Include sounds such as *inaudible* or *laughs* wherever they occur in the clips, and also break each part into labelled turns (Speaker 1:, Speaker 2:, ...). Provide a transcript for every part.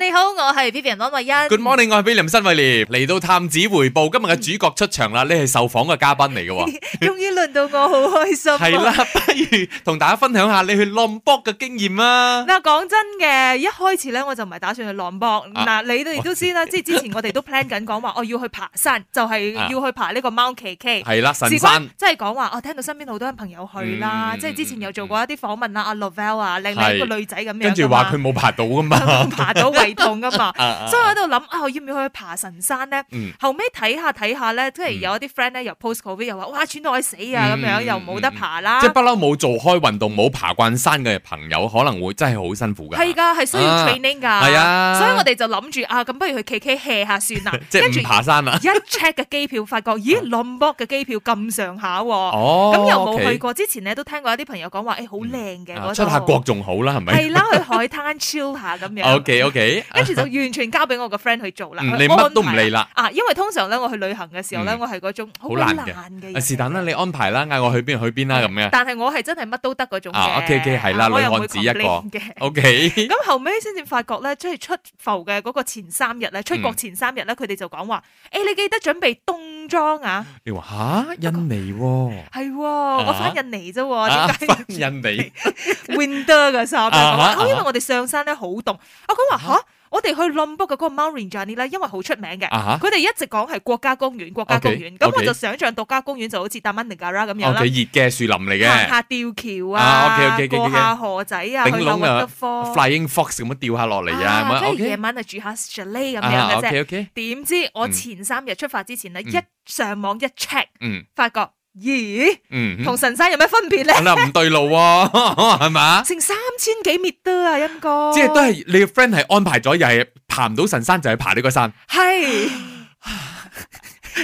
Speaker 1: 你好，我係 Vivian 安慧欣。
Speaker 2: Good morning，我係 William 新偉廉，嚟到探子回報，今日嘅主角出場啦，你係受訪嘅嘉賓嚟
Speaker 1: *laughs*
Speaker 2: 嘅喎，
Speaker 1: *laughs* 終於輪到我，好開心啊。
Speaker 2: 係啦， *laughs* 不如同大家分享下你去 Lombok 嘅經
Speaker 1: *laughs*
Speaker 2: 驗啊。
Speaker 1: 嗱，講真嘅，一開始咧我就唔係打算去朗博。
Speaker 2: 啊
Speaker 1: 嗱，你哋都知啦，即係之前我哋都 plan 緊講話，我哦要去爬山，就係
Speaker 2: *laughs* 啊
Speaker 1: 要去爬呢個 Mount KK。
Speaker 2: 係啦，神
Speaker 1: 事關
Speaker 2: 山
Speaker 1: 即係講話，我哦聽到身邊好多朋友去啦，
Speaker 2: 嗯
Speaker 1: 即係之前有做過一啲訪問啦，阿 Lovell 啊，靚靚個女仔咁樣㗎嘛，
Speaker 2: 跟住話佢冇爬
Speaker 1: *laughs*
Speaker 2: 到噶嘛。
Speaker 1: 爬到胃痛噶嘛，
Speaker 2: 啊啊
Speaker 1: 所以我喺度諗啊，我要唔要去爬神山咧？
Speaker 2: 嗯
Speaker 1: 後尾睇下睇下咧，即係
Speaker 2: 嗯
Speaker 1: 有一啲 friend 咧又 post covid 又話哇喘到我死啊咁
Speaker 2: 嗯
Speaker 1: 樣，
Speaker 2: 嗯
Speaker 1: 又冇得爬啦
Speaker 2: 即。係不嬲冇做開運動、冇爬慣山嘅朋友，可能會真係好辛苦噶。
Speaker 1: 係㗎，係需要
Speaker 2: 啊
Speaker 1: training 㗎。
Speaker 2: 係啊。
Speaker 1: 所以我哋就諗住啊，咁不如去 KK hea 下算啦
Speaker 2: *laughs* 即
Speaker 1: 跟住
Speaker 2: 係唔爬山啦。
Speaker 1: 一 check 嘅機票，
Speaker 2: *laughs*
Speaker 1: 發覺咦 l o m b o k 嘅機票咁上下喎，
Speaker 2: 哦，
Speaker 1: 咁又冇
Speaker 2: OK
Speaker 1: 去過。之前咧都聽過一啲朋友講話，誒好靚嘅
Speaker 2: 啊
Speaker 1: 嗰度。
Speaker 2: 出下國仲好啦，係咪
Speaker 1: 係啦，去海灘 chill 下咁樣。
Speaker 2: *laughs* ？OK OK，
Speaker 1: 跟住就完全交俾我個 friend 去做啦。
Speaker 2: 嗯
Speaker 1: 去
Speaker 2: 你
Speaker 1: 安排
Speaker 2: 乜都唔理啦
Speaker 1: 啊，因為通常咧我去旅行嘅時候咧，
Speaker 2: 嗯
Speaker 1: 我係嗰種好
Speaker 2: 好懶
Speaker 1: 懶
Speaker 2: 嘅
Speaker 1: 嘅
Speaker 2: 啊
Speaker 1: 人。
Speaker 2: 是但啦，你安排啦，嗌我去邊就去邊啦咁樣。
Speaker 1: 但係我係真係乜都得嗰種
Speaker 2: 啊
Speaker 1: 嘅。
Speaker 2: ，OK，OK，係啦
Speaker 1: 啊我又唔會
Speaker 2: 女漢子一個
Speaker 1: complain 嘅。
Speaker 2: OK，
Speaker 1: 咁後尾先至發覺咧，即係出埠嘅嗰個前三日咧，出
Speaker 2: 嗯
Speaker 1: 國前三日咧，佢哋就講話：，誒、你記得準備冬裝啊！
Speaker 2: 你話吓印尼喎，
Speaker 1: 係喎、我翻印尼啫
Speaker 2: 啊
Speaker 1: 喎，
Speaker 2: *laughs* 翻
Speaker 1: 點解
Speaker 2: 印尼
Speaker 1: winter 嘅衫咧？
Speaker 2: 啊哈
Speaker 1: 我話
Speaker 2: 啊
Speaker 1: 哦
Speaker 2: 哈
Speaker 1: 因為我哋上山咧好凍。我講話吓，我哋去 Lombok 嘅嗰個 Mount Rinjani 咧，因為好出名嘅。
Speaker 2: 啊吓
Speaker 1: 佢哋一直講係國家公園，國家公園，咁
Speaker 2: OK，OK
Speaker 1: 我就想象國家公園就好似 d a m a n g a r a 咁樣啦
Speaker 2: ，OK，，熱嘅樹林嚟
Speaker 1: 行
Speaker 2: 嘅
Speaker 1: 下吊橋
Speaker 2: 啊
Speaker 1: 啊，
Speaker 2: ，OK，OK，OK，OK
Speaker 1: 過下河仔啊，去
Speaker 2: 頂
Speaker 1: 下
Speaker 2: 籠啊
Speaker 1: w 科。
Speaker 2: ，Flying Fox 咁樣掉下落嚟啊，咁
Speaker 1: 啊
Speaker 2: 樣
Speaker 1: 即係夜
Speaker 2: OK，
Speaker 1: 晚就住下 chalet 咁樣
Speaker 2: 啊
Speaker 1: 嘅啫。
Speaker 2: OK OK，
Speaker 1: 點知我
Speaker 2: 嗯
Speaker 1: 前三日出發之前咧，
Speaker 2: 嗯
Speaker 1: 一上網一 check，
Speaker 2: 嗯
Speaker 1: 發覺咦，
Speaker 2: 嗯，
Speaker 1: 同神山有咩分別咧？
Speaker 2: 可能唔對路喎， *laughs* 係嘛？
Speaker 1: 成三千幾米得啊，陰哥，
Speaker 2: 即係都係你嘅 friend 係安排咗，又係爬唔到神山，就係爬呢個山。 *laughs*
Speaker 1: 係。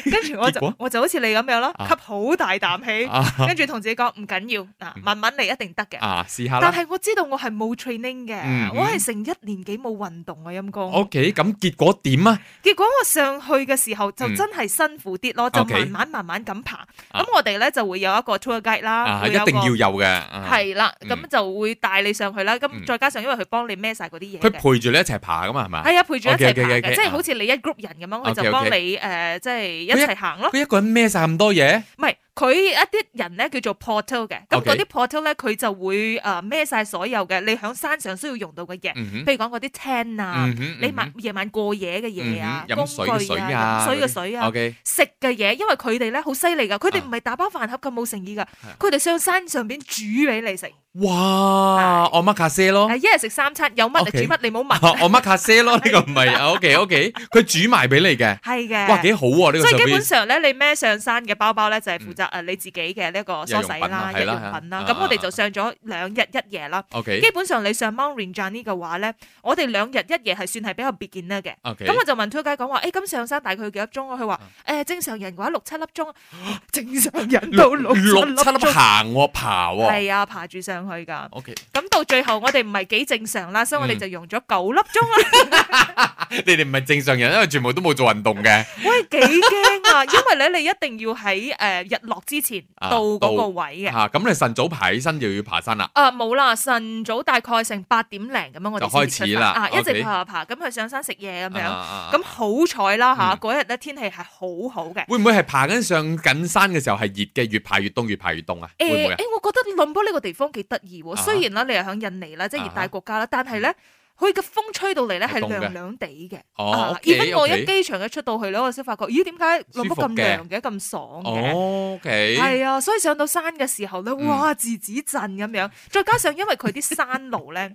Speaker 1: 跟住我
Speaker 2: 結
Speaker 1: 就
Speaker 2: 果
Speaker 1: 我就好似你咁樣咯，
Speaker 2: 啊
Speaker 1: 吸好大啖氣，
Speaker 2: 啊嗯
Speaker 1: 跟住同自己講唔緊要，嗱慢慢嚟一定得嘅。
Speaker 2: 啊，試下
Speaker 1: 但
Speaker 2: 啦。
Speaker 1: 係我知道我係冇 training 嘅，
Speaker 2: 嗯哦
Speaker 1: 我係成一年幾冇運動啊陰公。
Speaker 2: OK，咁結果點啊？
Speaker 1: 結果我上去嘅時候就真係辛苦啲咯，就
Speaker 2: 嗯 OK
Speaker 1: 慢慢慢慢咁爬。
Speaker 2: 啊
Speaker 1: 咁我哋咧就會有一個 tour guide 啦，
Speaker 2: 啊，
Speaker 1: 會
Speaker 2: 一
Speaker 1: 有個
Speaker 2: 定要有嘅。啊
Speaker 1: 係啦，
Speaker 2: 嗯
Speaker 1: 咁就會帶你上去啦。咁
Speaker 2: 嗯
Speaker 1: 再加上因為佢幫你孭晒嗰啲嘢嘅。
Speaker 2: 佢陪住你一齊爬噶嘛，係嘛？
Speaker 1: 係啊，陪住一齊爬
Speaker 2: OK，OK，OK，
Speaker 1: 嘅，即係
Speaker 2: 啊
Speaker 1: 好似你一 group 人咁樣，佢
Speaker 2: OK，OK
Speaker 1: 就幫你誒，即係一齊行咯。
Speaker 2: 佢一個人孭晒咁多嘢，
Speaker 1: 唔係佢一啲人咧叫做 portal 嘅，咁
Speaker 2: OK
Speaker 1: 嗰啲 portal 咧佢就會誒呃孭晒所有嘅你喺山上需要用到嘅嘢，
Speaker 2: 嗯哼，
Speaker 1: 譬如講嗰啲 tent 啊，
Speaker 2: 嗯哼，
Speaker 1: 你晚夜晚過夜嘅嘢啊，
Speaker 2: 嗯
Speaker 1: 工
Speaker 2: 哼飲水嘅
Speaker 1: 具
Speaker 2: 水
Speaker 1: 啊，
Speaker 2: 啊
Speaker 1: 飲水嘅水啊
Speaker 2: O。K，
Speaker 1: 食嘅嘢，因為佢哋咧好犀利噶，佢哋
Speaker 2: 啊
Speaker 1: 唔係打包飯盒咁冇誠意噶，佢哋上山上邊煮俾你食，
Speaker 2: 哇，我乜卡西咯 *laughs*
Speaker 1: 係，一日食三餐，有乜就
Speaker 2: 哦 OK 啊
Speaker 1: 煮乜，你唔好問。
Speaker 2: 我乜卡西咯，呢個唔係，O K O K，佢煮埋俾你嘅，
Speaker 1: 係
Speaker 2: 哇，幾
Speaker 1: 嘅，
Speaker 2: 好啊喎呢
Speaker 1: 所
Speaker 2: 個
Speaker 1: 以
Speaker 2: 上
Speaker 1: 基本
Speaker 2: 邊，嗯
Speaker 1: 上咧，你孭上山嘅包包咧就係負責誒你自己嘅呢一個梳洗啦、日
Speaker 2: 日用
Speaker 1: 用品
Speaker 2: 品啊
Speaker 1: 啦。
Speaker 2: 係啦
Speaker 1: 咁
Speaker 2: 啊
Speaker 1: 我哋就上咗兩日一夜啦。
Speaker 2: O
Speaker 1: 基
Speaker 2: K
Speaker 1: 本上你上 Mount Rinjani 嘅話咧，我哋兩日一夜係算係比較 beginner 嘅。
Speaker 2: O K，
Speaker 1: 咁我就問推介講話，誒咁上山大概幾粒鐘啊？佢話
Speaker 2: 啊
Speaker 1: 誒正常人嘅話六七粒鐘， *laughs* 正常人到六七粒
Speaker 2: 六七粒
Speaker 1: 鐘。
Speaker 2: 行喎，爬喎
Speaker 1: 係啊，爬住上去噶。
Speaker 2: ，O K，
Speaker 1: 咁到最後我哋唔係幾正常啦，所以我哋
Speaker 2: 嗯
Speaker 1: 就用咗九粒
Speaker 2: *laughs*
Speaker 1: 鐘啊啦。
Speaker 2: 你哋唔係正常人，因為全部都冇做運動嘅，
Speaker 1: 喂，幾驚啊！因為咧，你一定要喺誒日落之前
Speaker 2: 啊
Speaker 1: 到嗰個
Speaker 2: 到啊
Speaker 1: 位嘅。
Speaker 2: 嚇，咁你晨早爬起身就要爬山啦，
Speaker 1: 啊冇啦，晨早大概成八點零咁樣，我哋
Speaker 2: 就開
Speaker 1: 先至
Speaker 2: 始
Speaker 1: 出發
Speaker 2: 啦
Speaker 1: 啊，一直
Speaker 2: OK
Speaker 1: 爬爬爬，咁去上山食嘢咁樣。
Speaker 2: 咁
Speaker 1: 咁好彩啦嚇，
Speaker 2: 啊嗯
Speaker 1: 嗰日咧天氣係好好嘅。
Speaker 2: 會唔會係爬緊上緊山嘅時候係熱嘅，越爬越凍，越爬越凍啊？
Speaker 1: 誒誒、
Speaker 2: 會唔會啊？
Speaker 1: 我覺得朗坡呢個地方幾得意喎。
Speaker 2: 啊哈啊嗯
Speaker 1: 雖然啦，你係響印尼啦，即係熱帶國家啦，但係咧，佢嘅風吹到嚟咧係
Speaker 2: 係凍
Speaker 1: 涼
Speaker 2: 嘅
Speaker 1: 涼地嘅。
Speaker 2: 哦
Speaker 1: 啊
Speaker 2: ，OK，
Speaker 1: even 我
Speaker 2: OK
Speaker 1: 一機場一出到去咧，我先發覺，咦，點解朗坡咁
Speaker 2: 舒服嘅
Speaker 1: 涼嘅，咁爽嘅？
Speaker 2: 哦，OK，嗯
Speaker 1: 係啊，所以上到山嘅時候咧，哇，自指震咁樣，再加上因為佢啲山路
Speaker 2: *laughs*
Speaker 1: 咧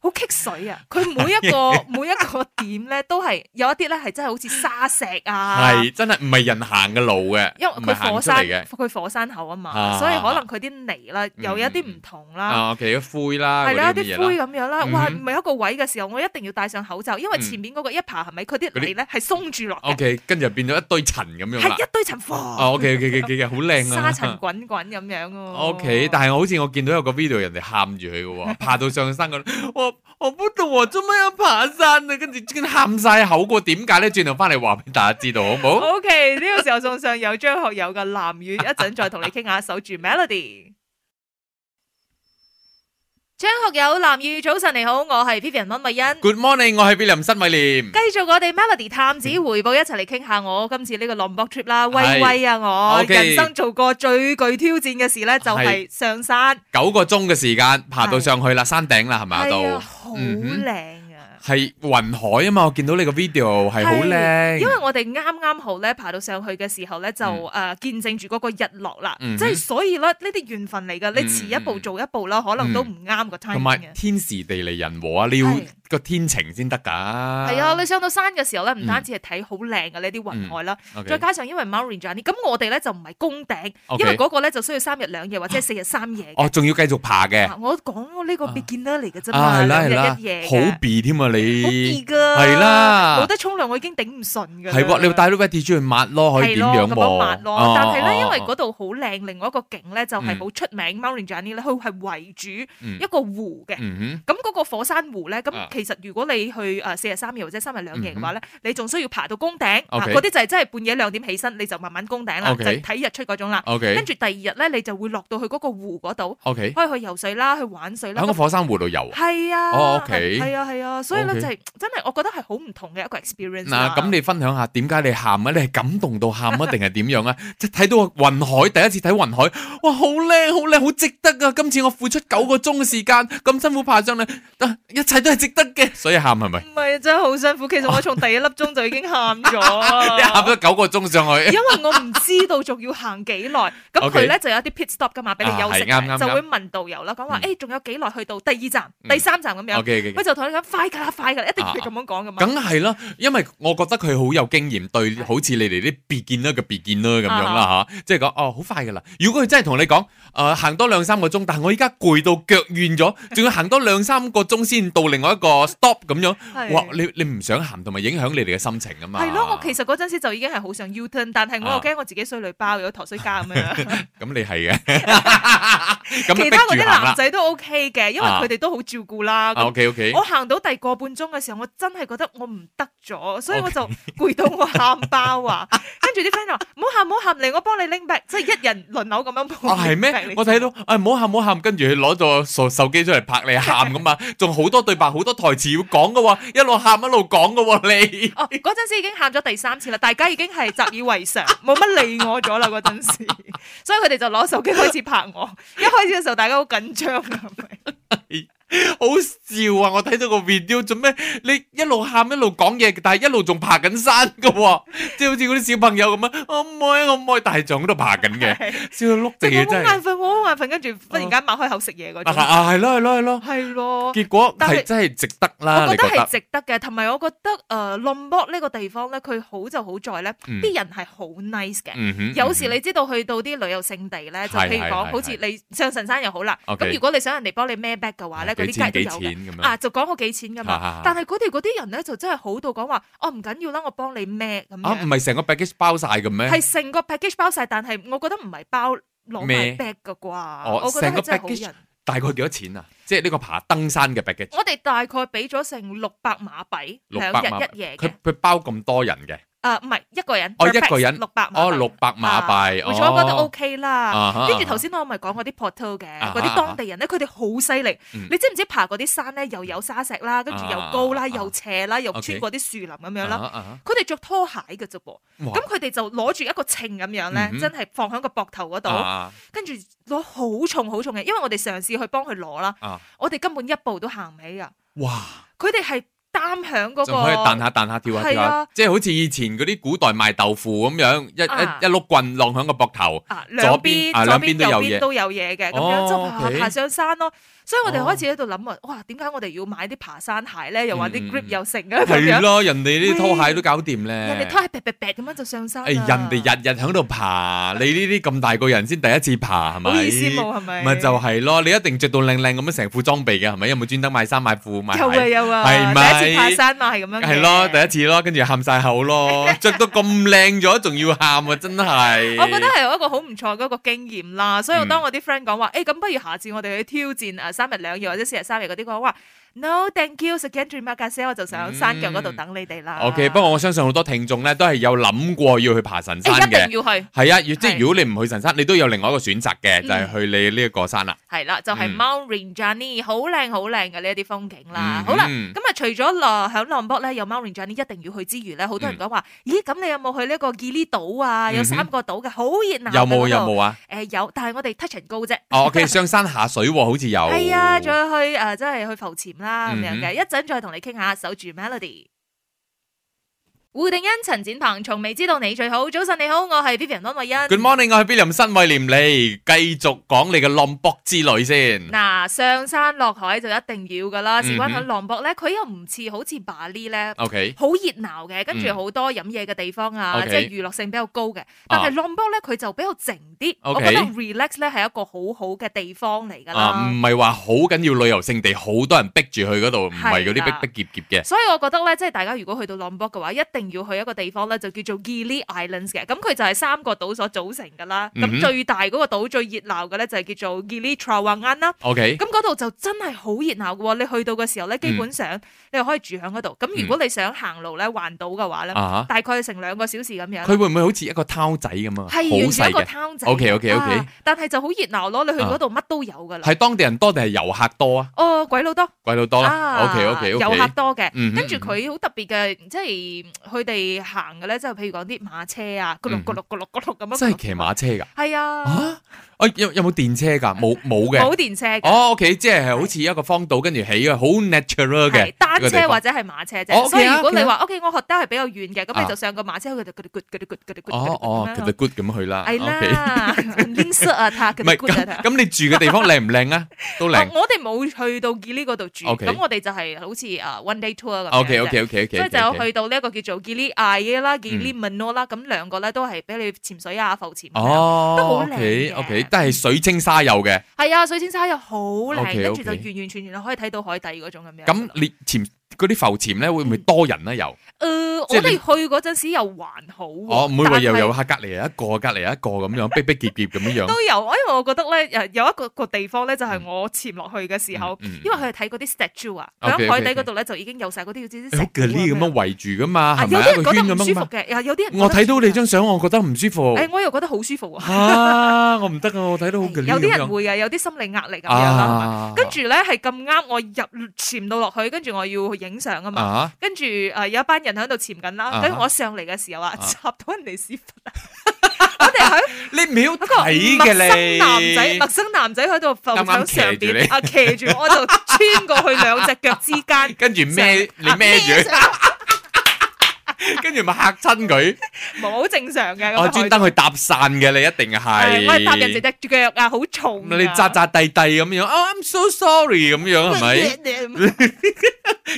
Speaker 1: 好棘水啊，佢每一個每一個點咧都係有一啲咧係真係好似沙石啊，
Speaker 2: 係真係唔係人行嘅路嘅，
Speaker 1: 因為
Speaker 2: 唔
Speaker 1: 佢
Speaker 2: 係行
Speaker 1: 火
Speaker 2: 出嚟
Speaker 1: 山
Speaker 2: 嘅。
Speaker 1: 佢火山口啊嘛，
Speaker 2: 啊嗯
Speaker 1: 所以可能佢啲泥啦有一啲唔同啦。
Speaker 2: 啊，OK，灰 À, 啦，
Speaker 1: 係啦，
Speaker 2: 嗰
Speaker 1: 有啲
Speaker 2: 啲咁嘅嘢
Speaker 1: 灰
Speaker 2: 啦，
Speaker 1: 咁樣啦，
Speaker 2: 嗯
Speaker 1: 哇！唔係一個位嘅時候，我一定要戴上口罩，因為
Speaker 2: 嗯
Speaker 1: 前面嗰個一爬係咪佢啲
Speaker 2: 嗰啲哦
Speaker 1: 泥咧係鬆住落嘅，
Speaker 2: OK，跟住就變咗一堆塵咁樣啦
Speaker 1: 係。一堆塵火，
Speaker 2: 哦，OK，OK，OK，好靚
Speaker 1: 沙
Speaker 2: 啊。 *laughs*
Speaker 1: 塵滾滾咁樣喎。
Speaker 2: OK，但係好似我見到有個 video 人哋喊住佢嘅喎，爬到上山嗰度，我我不懂我做咩要爬山啊，跟住跟住喊晒口個，點解咧？轉頭翻嚟話俾大家知道好唔好？
Speaker 1: O K，呢個時候送上有張學友嘅《藍雨》，一陣再同你傾下守住 Melody。張學友、藍宇，早晨你好，我係 Vivian 温慧欣。
Speaker 2: Good morning，我係 William 新偉廉。
Speaker 1: 繼續我哋 Melody 探子回報，一齊嚟傾下我今次呢個浪博 trip 啦，威威啊我
Speaker 2: OK
Speaker 1: 人生做過最具挑戰嘅事咧，就係上山，
Speaker 2: 九個鐘嘅時間爬到上去啦，山頂啦，係咪啊
Speaker 1: 係啊，
Speaker 2: 到？
Speaker 1: 好
Speaker 2: 嗯
Speaker 1: 靚啊！
Speaker 2: 係雲海啊嘛，我見到你個 video 係好靚。
Speaker 1: 因為我哋啱啱好咧爬到上去嘅時候咧，就
Speaker 2: 嗯
Speaker 1: 誒、呃見證住嗰個日落啦，
Speaker 2: 嗯哼
Speaker 1: 即係所以咧呢啲緣分嚟噶，你
Speaker 2: 嗯
Speaker 1: 遲一步做一步啦，可能都唔啱個啊 time
Speaker 2: 同埋
Speaker 1: 嘅。
Speaker 2: 天時地利人和啊，你要
Speaker 1: 係
Speaker 2: 個天晴先得㗎。
Speaker 1: 係
Speaker 2: 係
Speaker 1: 啊，你上到山嘅時候咧，
Speaker 2: 嗯
Speaker 1: 唔單止係睇好靚啊嘅呢啲雲海啦，再加上因為 Mount Rinjani，咁我哋咧就唔係攻頂，因為嗰個咧就需要三日兩夜或者係四日三夜嘅。
Speaker 2: 哦，仲要繼續爬嘅。
Speaker 1: 啊我講呢個 beginner 嚟嘅啫
Speaker 2: 啊，
Speaker 1: 嘛，
Speaker 2: 係啦
Speaker 1: 兩
Speaker 2: 係啦
Speaker 1: 日一夜，嘅
Speaker 2: 好避添
Speaker 1: 好
Speaker 2: 啊你
Speaker 1: 易。噶，
Speaker 2: 係啦
Speaker 1: 冇得沖涼我已經頂唔順㗎啦。
Speaker 2: 係喎，你要帶啲 wet tissue 去抹咯，可以
Speaker 1: 係
Speaker 2: 點
Speaker 1: 咯，
Speaker 2: 樣
Speaker 1: 咁樣
Speaker 2: 喎？
Speaker 1: 抹咯
Speaker 2: 哦。
Speaker 1: 但係
Speaker 2: 哦
Speaker 1: 咧，因為
Speaker 2: 哦
Speaker 1: 嗰度好靚，另外一個景咧就係
Speaker 2: 嗯
Speaker 1: 好出名 Mount Rinjani 咧，佢係圍住
Speaker 2: 嗯
Speaker 1: 一個湖嘅。
Speaker 2: 嗯
Speaker 1: 咁嗰個火山湖咧，咁
Speaker 2: 啊
Speaker 1: 其實如果你去誒四日三夜或者三日兩夜嘅話咧，你仲需要爬到宮頂，啊
Speaker 2: OK
Speaker 1: 嗰啲就係真係半夜兩點起身，你就慢慢宮頂啦，就
Speaker 2: OK
Speaker 1: 睇日出嗰種啦。
Speaker 2: 哼
Speaker 1: 跟
Speaker 2: ，OK
Speaker 1: 住第二日咧，你就會落到去嗰個湖嗰度，
Speaker 2: OK，
Speaker 1: 可以去游水啦，去玩水啦
Speaker 2: 喺。個火山湖度游啊。
Speaker 1: 係啊，
Speaker 2: 哦，OK
Speaker 1: 係啊，係啊，所以咧
Speaker 2: OK
Speaker 1: 就係真係，我覺得係好唔同嘅一個 experience 啦
Speaker 2: 嗱，咁你分享下點解你喊啊？你係感動到喊啊，定係點樣啊？ *laughs* 即係睇到雲海，第一次睇雲海，哇，好靚，好靚，好值得啊！今次我付出九個鐘嘅時間，咁辛苦爬上嚟，啊一切都係值得嘅，所以喊係咪？
Speaker 1: 唔係真係好辛苦，其實我
Speaker 2: *laughs*
Speaker 1: 從第一粒鐘就已經喊
Speaker 2: 你喊
Speaker 1: 咗，
Speaker 2: 咗九個鐘上去
Speaker 1: *laughs* 因，為我唔知道仲要行幾耐。咁
Speaker 2: OK
Speaker 1: 佢咧就有啲 pit stop 噶嘛，俾你休息
Speaker 2: 啊係啱啱
Speaker 1: 嘅，就
Speaker 2: 啱
Speaker 1: 會問導遊啦，講話
Speaker 2: 嗯
Speaker 1: 誒仲有幾耐去到第二站、
Speaker 2: 嗯
Speaker 1: 第三站
Speaker 2: *laughs*
Speaker 1: 咁樣。
Speaker 2: OK，OK，
Speaker 1: 佢就同你講快㗎啦，快㗎啦，一定
Speaker 2: 啊
Speaker 1: 要咁樣講噶嘛。
Speaker 2: 梗係啦，因為我覺得佢好有經驗，對好似你哋啲 beginner 嘅 beginner 咁樣啦吓，即係講哦好快噶啦。如果佢真係同你講，誒、行多兩三個鐘，但係我依家攰到腳軟咗，仲要行多兩三個鐘先到另外一個 stop 咁樣，
Speaker 1: 係
Speaker 2: 哇！你你唔想行，同埋影響你哋嘅心情啊嘛。
Speaker 1: 係咯，我其實嗰陣時就已經係好想 U turn，但係我又
Speaker 2: 啊
Speaker 1: 驚我自己衰女包，有陀衰家咁樣。
Speaker 2: *laughs* 咁
Speaker 1: *laughs*
Speaker 2: 你係嘅，咁
Speaker 1: 其
Speaker 2: 逼
Speaker 1: 他嗰
Speaker 2: 住
Speaker 1: 啲
Speaker 2: 行
Speaker 1: 男
Speaker 2: 啦。
Speaker 1: 仔都 OK 嘅，因為
Speaker 2: 啊
Speaker 1: 佢哋都好照顧啦。咁
Speaker 2: O K O K，
Speaker 1: 我行到第個半鐘嘅時候，我真係覺得我唔得咗，所以我就攰到我喊包啊！ *laughs* 跟住啲 friend 話：唔好喊，唔好喊，嚟我幫你拎 back，即係一人輪流咁樣
Speaker 2: *laughs* 哦
Speaker 1: 幫。
Speaker 2: 係咩？我睇到，啊唔好喊唔好喊，跟住佢攞咗手手機出嚟拍你喊咁嘛，
Speaker 1: *laughs*
Speaker 2: 仲好多對白好多台詞要講噶喎，一路喊一路講噶喎你。
Speaker 1: 哦，嗰陣時已經喊咗第三次啦，大家已經係習以為常，冇乜理我咗啦嗰陣時， *laughs* 所以佢哋就攞手機開始拍我。 *laughs* 一開始嘅時候，大家好緊張㗎，係
Speaker 2: *laughs*
Speaker 1: 咪
Speaker 2: 好笑啊！我睇到個 video 做咩？你一路喊一路講嘢，但係一路仲爬緊山噶喎、 *laughs* 即係好似嗰啲小朋友咁樣，我唔愛我唔愛，但係仲喺度
Speaker 1: *laughs*
Speaker 2: 爬緊嘅，
Speaker 1: 係
Speaker 2: 笑到碌
Speaker 1: *laughs* 即
Speaker 2: 地
Speaker 1: 係我
Speaker 2: 嘅
Speaker 1: 好
Speaker 2: 真係。
Speaker 1: 眼瞓，我好眼瞓，跟住忽然間擘開口食嘢嗰
Speaker 2: 啊
Speaker 1: 種，
Speaker 2: *laughs* 啊係咯係咯
Speaker 1: *laughs*
Speaker 2: 係咯，
Speaker 1: 係咯。
Speaker 2: 結果
Speaker 1: 但係
Speaker 2: 係真係值得啦，
Speaker 1: 我
Speaker 2: 啊你
Speaker 1: 覺得
Speaker 2: 覺
Speaker 1: 係
Speaker 2: 得？
Speaker 1: 值得嘅，同埋我覺得誒 l o m b o 呢個地方咧，佢好就好在咧，
Speaker 2: 嗯
Speaker 1: 啲人係好 nice 嘅。
Speaker 2: 嗯哼
Speaker 1: 有時你知道去到啲旅遊勝地咧，就
Speaker 2: 係
Speaker 1: 譬如
Speaker 2: 係係
Speaker 1: 講，好似你上神山又好啦。
Speaker 2: OK 啊
Speaker 1: 咁如果你想人哋幫你孭 bag 嘅話咧，嗰
Speaker 2: 幾
Speaker 1: 啲
Speaker 2: 錢
Speaker 1: 街
Speaker 2: 幾
Speaker 1: 都有嘅。
Speaker 2: 錢咁樣
Speaker 1: 啊，就講過幾錢噶
Speaker 2: 啊啊
Speaker 1: 嘛
Speaker 2: 啊。
Speaker 1: 但係佢哋嗰啲人咧，就真係好到講話，哦唔緊要啦，我幫你孭咁
Speaker 2: 啊？唔
Speaker 1: 樣。
Speaker 2: 係成個 package 包晒嘅咩？
Speaker 1: 係成個 package 包晒，但係我覺得唔係包攞埋
Speaker 2: 孭
Speaker 1: bag 嘅啩。我覺
Speaker 2: 哦成
Speaker 1: 得
Speaker 2: 個
Speaker 1: 係真係好
Speaker 2: package
Speaker 1: 人。
Speaker 2: 大概幾多錢啊？即係呢個爬登山嘅 package，
Speaker 1: 我哋大概俾咗成六百馬幣，兩
Speaker 2: 600馬
Speaker 1: 日
Speaker 2: 幣
Speaker 1: 哦一夜嘅
Speaker 2: 佢。佢包咁多人嘅，
Speaker 1: 啊，唔係一個人，
Speaker 2: 哦
Speaker 1: per
Speaker 2: 一個人
Speaker 1: pax，六百啊
Speaker 2: 哦六百馬幣，
Speaker 1: 我覺得
Speaker 2: 哦
Speaker 1: OK 啦。
Speaker 2: 啊哈
Speaker 1: 跟住頭先我咪講嗰啲 portal 嘅，
Speaker 2: 啊
Speaker 1: 嗰啲當地人咧，佢哋好犀利。
Speaker 2: 嗯
Speaker 1: 你知唔知爬嗰啲山咧，又有沙石啦，跟住又高啦，
Speaker 2: 啊
Speaker 1: 又斜啦，又
Speaker 2: OK
Speaker 1: 穿過啲樹林咁樣
Speaker 2: 啊
Speaker 1: 啦。
Speaker 2: 啊啊
Speaker 1: 佢哋着拖鞋嘅啫噃，
Speaker 2: 哇
Speaker 1: 咁佢哋就攞住一個秤咁樣咧
Speaker 2: 嗯，哼
Speaker 1: 真係放喺個膊頭嗰度，
Speaker 2: 啊
Speaker 1: 跟住攞好重好重嘅，因為我哋嘗試去幫佢攞啦，
Speaker 2: 啊
Speaker 1: 我哋根本一步都行唔起啊！
Speaker 2: 哇！
Speaker 1: 佢哋係擔響嗰
Speaker 2: 仲可以彈
Speaker 1: 個
Speaker 2: 下彈下跳下
Speaker 1: 係
Speaker 2: 跳
Speaker 1: 啊
Speaker 2: 下，即係好似以前嗰啲古代賣豆腐咁樣，一
Speaker 1: 啊
Speaker 2: 一一碌棍晾喺個膊頭。
Speaker 1: 啊，兩邊
Speaker 2: 邊啊
Speaker 1: 左
Speaker 2: 兩
Speaker 1: 邊
Speaker 2: 邊
Speaker 1: 右
Speaker 2: 都有
Speaker 1: 邊
Speaker 2: 嘢
Speaker 1: 都有嘢嘅，咁樣
Speaker 2: 哦
Speaker 1: 就爬
Speaker 2: OK
Speaker 1: 啊爬上山咯。所以我哋
Speaker 2: 哦
Speaker 1: 開始喺度諗啊，哇，點解我哋要買啲爬山鞋咧？又話啲
Speaker 2: 嗯嗯
Speaker 1: grip
Speaker 2: 嗯
Speaker 1: 又成啊咁
Speaker 2: 係
Speaker 1: 樣，
Speaker 2: 咯，人哋呢啲拖鞋都搞掂
Speaker 1: 人
Speaker 2: 咧
Speaker 1: 哋。拖鞋劈劈劈咁樣就上山啦。啊
Speaker 2: 誒，哎人哋日日喺度爬，你呢啲咁大個人先第一次爬係咪？
Speaker 1: 好意思冇係咪？
Speaker 2: 咪就係咯，你一定着到靚靚咁樣成副裝備嘅係咪？有冇專登買衫買褲買
Speaker 1: 有啊
Speaker 2: 鞋？
Speaker 1: 有啊，
Speaker 2: 係咪
Speaker 1: 第一次爬山嘛係咁樣嘅。
Speaker 2: 係咯，第一次咯，跟住喊晒口
Speaker 1: *laughs*
Speaker 2: 咯，着到咁靚咗，仲要喊啊！真係。
Speaker 1: 我覺得係有一個好唔錯嘅一個經驗
Speaker 2: 嗯
Speaker 1: 啊啦，所以當我啲 friend 講話，誒咁不如下次我哋去挑戰誒三日兩夜或者四日三夜嗰啲講話， No，thank you，again d r e a m 我就想山腳嗰度等你哋啦。
Speaker 2: O 嗯 K，不過我相信好多聽眾咧都係有諗過要去爬神山
Speaker 1: 誒一
Speaker 2: 嘅。
Speaker 1: 定要去，
Speaker 2: 係啊，要即係
Speaker 1: 係
Speaker 2: 如果你唔去神山，你都有另外一個選擇
Speaker 1: 嗯
Speaker 2: 嘅，就係去你呢一個山啦。
Speaker 1: 係啦，就係
Speaker 2: 嗯
Speaker 1: Mount Rinjani，好靚好靚嘅呢一啲風景啦
Speaker 2: 嗯。
Speaker 1: 好啦，
Speaker 2: 嗯
Speaker 1: 咁啊除咗落響浪博咧有 Mount Rinjani 一定要去之餘咧，好多人講話，咦咁你有冇去呢個 Gili 島啊？有
Speaker 2: 嗯哼
Speaker 1: 三個島嘅，好熱鬧嘅
Speaker 2: 有冇
Speaker 1: 嗰
Speaker 2: 有
Speaker 1: 度？
Speaker 2: 冇啊？
Speaker 1: *laughs* 誒有，但係我哋 touch and go 啫。
Speaker 2: 哦，O K，上山下水喎，好似有。
Speaker 1: 係啊，仲有去誒，即係去浮潛啦咁樣
Speaker 2: 嗯
Speaker 1: 嘅。
Speaker 2: 哼
Speaker 1: 一陣再同你傾下，守住 Melody。胡定欣、陳展鵬，從未知道你最好。早晨你好，我係 Vivian 安慧欣。
Speaker 2: Good morning，我係 William 新偉廉，你繼續講你嘅浪博之旅先。
Speaker 1: 嗱，上山落海就一定要噶啦。
Speaker 2: 嗯嗯哼
Speaker 1: 事關喺浪博咧，佢又唔似好似巴黎咧。
Speaker 2: O K，
Speaker 1: 好熱鬧嘅，跟住
Speaker 2: 嗯
Speaker 1: 好多飲嘢嘅地方啊，
Speaker 2: OK 啊
Speaker 1: 即係娛樂性比較高嘅。但係浪博咧，佢就比較靜啲。我
Speaker 2: OK
Speaker 1: 覺得 relax 咧係一個好好嘅地方嚟㗎
Speaker 2: 啊，
Speaker 1: 啦
Speaker 2: 唔。係話好緊要旅遊勝地，好多人逼住去嗰度，唔係嗰
Speaker 1: 係啦
Speaker 2: 啲逼逼夾夾嘅。
Speaker 1: 所以我覺得咧，即係大家如果去到朗博嘅話，一定要去一個地方咧，就叫做 Gili Islands 嘅。咁佢就係三個島所組成㗎啦。咁、
Speaker 2: 嗯哼
Speaker 1: 最大嗰個島最熱鬧嘅咧，就係叫做 Gili Trawangan 啦。
Speaker 2: O K，
Speaker 1: 咁嗰度就真係好熱鬧嘅喎。你去到嘅時候咧，
Speaker 2: 嗯
Speaker 1: 基本上你又可以住喺嗰度。咁如果你想行路咧環島嘅話咧，
Speaker 2: 啊
Speaker 1: 大概成兩個小時咁樣
Speaker 2: 哈，。佢會唔會好似一個偷仔咁啊？好
Speaker 1: 係完全
Speaker 2: 細
Speaker 1: 一個
Speaker 2: 嘅，
Speaker 1: town 仔。
Speaker 2: OK，OK，OK
Speaker 1: 啊但係就好熱鬧咯，你去嗰度乜都有㗎啦。
Speaker 2: 係當地人多定係遊客多啊？
Speaker 1: 哦，鬼佬多
Speaker 2: 鬼佬多啦。
Speaker 1: 啊
Speaker 2: O K O K O
Speaker 1: 遊客
Speaker 2: K，
Speaker 1: 多嘅。
Speaker 2: 嗯哼
Speaker 1: 跟住佢好特別嘅，即係佢哋行嘅咧，即係譬如講啲馬車啊，咕碌
Speaker 2: 嗯
Speaker 1: 咕碌咕碌咕碌咁樣。
Speaker 2: 真係騎馬車㗎。
Speaker 1: 係啊，
Speaker 2: 啊，啊有有冇電車㗎？冇冇嘅。
Speaker 1: 冇電車嘅，
Speaker 2: 哦，O K，即係係好似一個荒島，跟住起嘅，好 natural 嘅
Speaker 1: 係單
Speaker 2: 一個地
Speaker 1: 車
Speaker 2: 方
Speaker 1: 或者係馬車
Speaker 2: 哦
Speaker 1: 啫。
Speaker 2: ，OK 啊
Speaker 1: 所以如果
Speaker 2: OK 啊
Speaker 1: 你話 OK，我學得係比較遠嘅，咁你
Speaker 2: 啊
Speaker 1: 就上個馬車嗰度咕嘟咕嘟咕嘟咕嘟咕嘟
Speaker 2: 哦
Speaker 1: 咕
Speaker 2: 哦
Speaker 1: 嘟咁樣咯。
Speaker 2: ，good good 咁去啦。
Speaker 1: 係
Speaker 2: O K，
Speaker 1: 啦，拎塞啊，他
Speaker 2: 唔
Speaker 1: 咕
Speaker 2: 係
Speaker 1: 嘟咕嘟
Speaker 2: 咁
Speaker 1: 啊
Speaker 2: 咁，你住嘅地方靚唔
Speaker 1: *laughs*
Speaker 2: 靚啊？都
Speaker 1: 哦
Speaker 2: 靚。
Speaker 1: 我哋冇去到 Gili 嗰度住，
Speaker 2: OK
Speaker 1: 咁我哋就係好似啊 one day tour 咁樣啫。
Speaker 2: O K O K O K O K，
Speaker 1: 所以就有去到呢一個叫做 Gili Air
Speaker 2: 嗯
Speaker 1: 啦、Gili Manor 啦，咁兩個咧都係俾你潛水啊、浮潛咁樣。
Speaker 2: 哦，
Speaker 1: 都好靚
Speaker 2: O K O
Speaker 1: 嘅
Speaker 2: K，都係水清沙幼嘅。
Speaker 1: 係啊，水晶沙又好靚，
Speaker 2: OK，OK
Speaker 1: 跟住就完完全全可以睇到海底嗰種咁樣。
Speaker 2: 咁你潛嗰啲浮潛咧，會唔會多人咧？又
Speaker 1: 誒，呃我
Speaker 2: 即係
Speaker 1: 哋
Speaker 2: 你
Speaker 1: 去嗰陣時又還好喎，
Speaker 2: 哦，唔會話又
Speaker 1: 但係
Speaker 2: 有客隔離有一個，隔離有一個咁樣，逼逼結結咁樣樣。
Speaker 1: 都有，因為我覺得咧，誒有一個個地方咧，就係我潛落去嘅時候，
Speaker 2: 嗯嗯
Speaker 1: 因為佢係睇嗰啲 statue 啊，
Speaker 2: OK，OK，
Speaker 1: 喺海底嗰度咧就已經有晒嗰啲好似啲
Speaker 2: 好
Speaker 1: 石
Speaker 2: 嘅呢咁
Speaker 1: 鼓
Speaker 2: 樣圍住噶嘛，
Speaker 1: 啊
Speaker 2: 係
Speaker 1: 有
Speaker 2: 咪一個
Speaker 1: 啲
Speaker 2: 圈
Speaker 1: 人覺
Speaker 2: 咁
Speaker 1: 得唔舒
Speaker 2: 樣
Speaker 1: 服
Speaker 2: 嘛？
Speaker 1: 嘅，有啲人
Speaker 2: 我睇到你
Speaker 1: 覺得
Speaker 2: 張相，我覺得唔舒服
Speaker 1: 舒服嘅，誒我又覺得好舒服啊，
Speaker 2: 啊！我唔得啊，我睇到好嘅呢
Speaker 1: 有啲
Speaker 2: 咁
Speaker 1: 人
Speaker 2: 樣
Speaker 1: 會啊，有啲心理壓力咁樣啦。係咪
Speaker 2: 啊，
Speaker 1: 跟住咧係咁啱，我入潛到落去，跟住我要去影相啊嘛。
Speaker 2: 啊，
Speaker 1: 跟住誒有一班人喺度潛緊啦，
Speaker 2: 啊
Speaker 1: 跟住我上嚟嘅時候啊，
Speaker 2: 啊
Speaker 1: 插到人哋屎忽啊！我哋喺
Speaker 2: 你唔要
Speaker 1: 嗰個
Speaker 2: 睇
Speaker 1: 陌
Speaker 2: 嘅
Speaker 1: 生
Speaker 2: 你，
Speaker 1: 男仔，陌生男仔喺度浮
Speaker 2: 啱啱
Speaker 1: 上
Speaker 2: 騎
Speaker 1: 上
Speaker 2: 住你
Speaker 1: 邊啊，騎住我 *laughs* 就穿過去兩隻腳之間。 *laughs*
Speaker 2: 跟住孭你孭住，跟住咪嚇親佢。
Speaker 1: 住，冇好正常嘅。咁
Speaker 2: 我
Speaker 1: 樣
Speaker 2: 專登去搭訕嘅，你一定係。
Speaker 1: 係我係搭人哋隻腳啊，好重啊。
Speaker 2: 你扎扎地地咁樣，哦，I'm so sorry 咁樣係咪？
Speaker 1: 咪？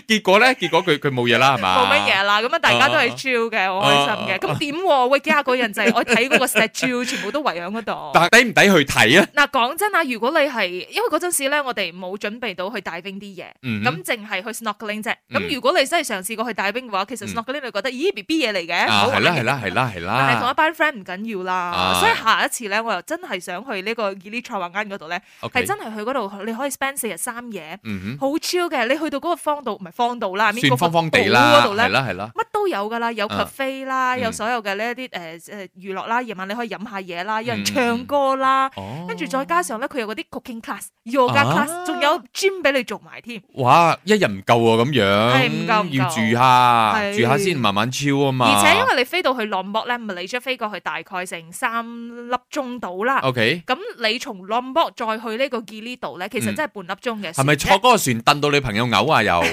Speaker 2: 結果咧，結果佢佢冇嘢啦係嘛？
Speaker 1: 冇乜嘢啦，咁啊大
Speaker 2: 哦
Speaker 1: 家都係 chill 嘅，好開心嘅。
Speaker 2: 啊
Speaker 1: 咁點
Speaker 2: *laughs*
Speaker 1: 喎？喂，幾下個人就係我睇嗰個 statue，全部都圍喺嗰度。
Speaker 2: *laughs* 但抵唔抵去睇啊？
Speaker 1: 嗱，講真啊，如果你係因為嗰陣時咧，我哋冇準備到去帶冰啲嘢，
Speaker 2: 嗯
Speaker 1: 咁淨係去 snorkeling 啫。
Speaker 2: 嗯
Speaker 1: 咁如果你真係嘗試過去帶冰嘅話，其實
Speaker 2: 嗯
Speaker 1: snorkeling 你覺得，咦 B B 嘢嚟嘅，唔
Speaker 2: 啊，
Speaker 1: 好
Speaker 2: 係
Speaker 1: 玩
Speaker 2: 啦
Speaker 1: 嘅
Speaker 2: 係啦係啦係
Speaker 1: 但係同一
Speaker 2: 啦
Speaker 1: 班 friend 唔緊要啦，
Speaker 2: 啊
Speaker 1: 所以下一次咧，我又真係想去呢個 Gili Trawangan 嗰度咧，係
Speaker 2: ，OK，
Speaker 1: 真係去嗰度，你可以 spend 四日三夜，
Speaker 2: 嗯
Speaker 1: 好 chill 嘅。你去到嗰個荒島，唔係荒島啦，
Speaker 2: 哼，
Speaker 1: 邊個
Speaker 2: 算方方地
Speaker 1: 島
Speaker 2: 啦，
Speaker 1: 嗰度咧
Speaker 2: 係。啦係啦，
Speaker 1: 乜都有噶啦，有
Speaker 2: 啊
Speaker 1: cafe 啦，
Speaker 2: 嗯
Speaker 1: 有所有嘅呢一啲誒誒娛樂啦，夜晚你可以飲下嘢啦，有人
Speaker 2: 嗯
Speaker 1: 唱歌啦，
Speaker 2: 哦，
Speaker 1: 跟住再加上咧，佢有嗰啲 cooking class、yoga
Speaker 2: 啊
Speaker 1: class，仲有 gym 俾你做埋添。
Speaker 2: 哇，一日唔夠喎咁
Speaker 1: 係唔夠唔
Speaker 2: 樣，
Speaker 1: 夠
Speaker 2: 要住下
Speaker 1: 係
Speaker 2: 住下先慢慢超啊嘛，
Speaker 1: 而且因為你飛到去浪博咧，咪你將飛過去大概成三粒鐘到啦。
Speaker 2: OK，
Speaker 1: 咁你從浪博再去呢個 Gili 島咧，其實
Speaker 2: 嗯
Speaker 1: 真係半粒鐘嘅。
Speaker 2: 係咪坐？嗰個船蹬到你朋友嘔
Speaker 1: *laughs*
Speaker 2: 啊又？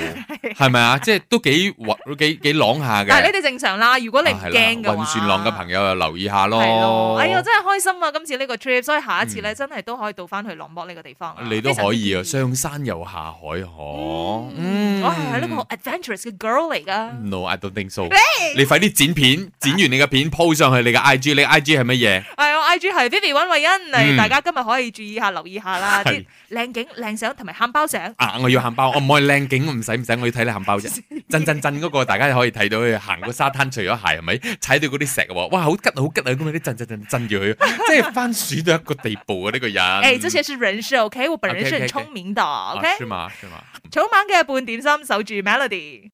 Speaker 2: 係咪啊？即係都幾暈幾幾朗下
Speaker 1: 但係
Speaker 2: 嘅，
Speaker 1: 呢啲正常啦。如果你唔
Speaker 2: 啊係啦
Speaker 1: 驚嘅話，
Speaker 2: 暈船浪嘅朋友又留意下
Speaker 1: 係
Speaker 2: 咯
Speaker 1: 咯。。哎呀，真係開心啊！今次呢個 trip，所以下一次咧，真係都可以到翻去浪博呢個地方啊。
Speaker 2: 你都
Speaker 1: 非常
Speaker 2: 可以啊，
Speaker 1: 之
Speaker 2: 上山又下海河。
Speaker 1: 嗯，我係呢個 adventurous 嘅 girl 嚟噶。
Speaker 2: No，I don't think so。你快啲剪
Speaker 1: 啊
Speaker 2: 片，剪完你嘅片 po 上去你嘅 IG，你 IG 係乜嘢？
Speaker 1: 係我 I G 係 Vivi 温慧欣，嚟
Speaker 2: 嗯
Speaker 1: 大家今日可以注意下、留意下啦，
Speaker 2: 係
Speaker 1: 啲靚景、靚相同埋喊包相。
Speaker 2: 啊，我要喊包，我唔可以靚景，唔使唔使，我要睇你喊
Speaker 1: *laughs*
Speaker 2: 包啫。震震震嗰個，大家可以睇到佢行個沙灘，除咗鞋係咪踩到嗰啲石喎？哇，好吉好吉啊！咁樣啲震震震震住佢，即係番薯到一個地步啊！呢個人。
Speaker 1: 哎誒，這些是人事，OK，我本人是
Speaker 2: OK，OK，OK
Speaker 1: 很聰明的
Speaker 2: 啊
Speaker 1: ，OK。
Speaker 2: 是嗎？是嗎？
Speaker 1: 草蜢嘅半點心守住 Melody。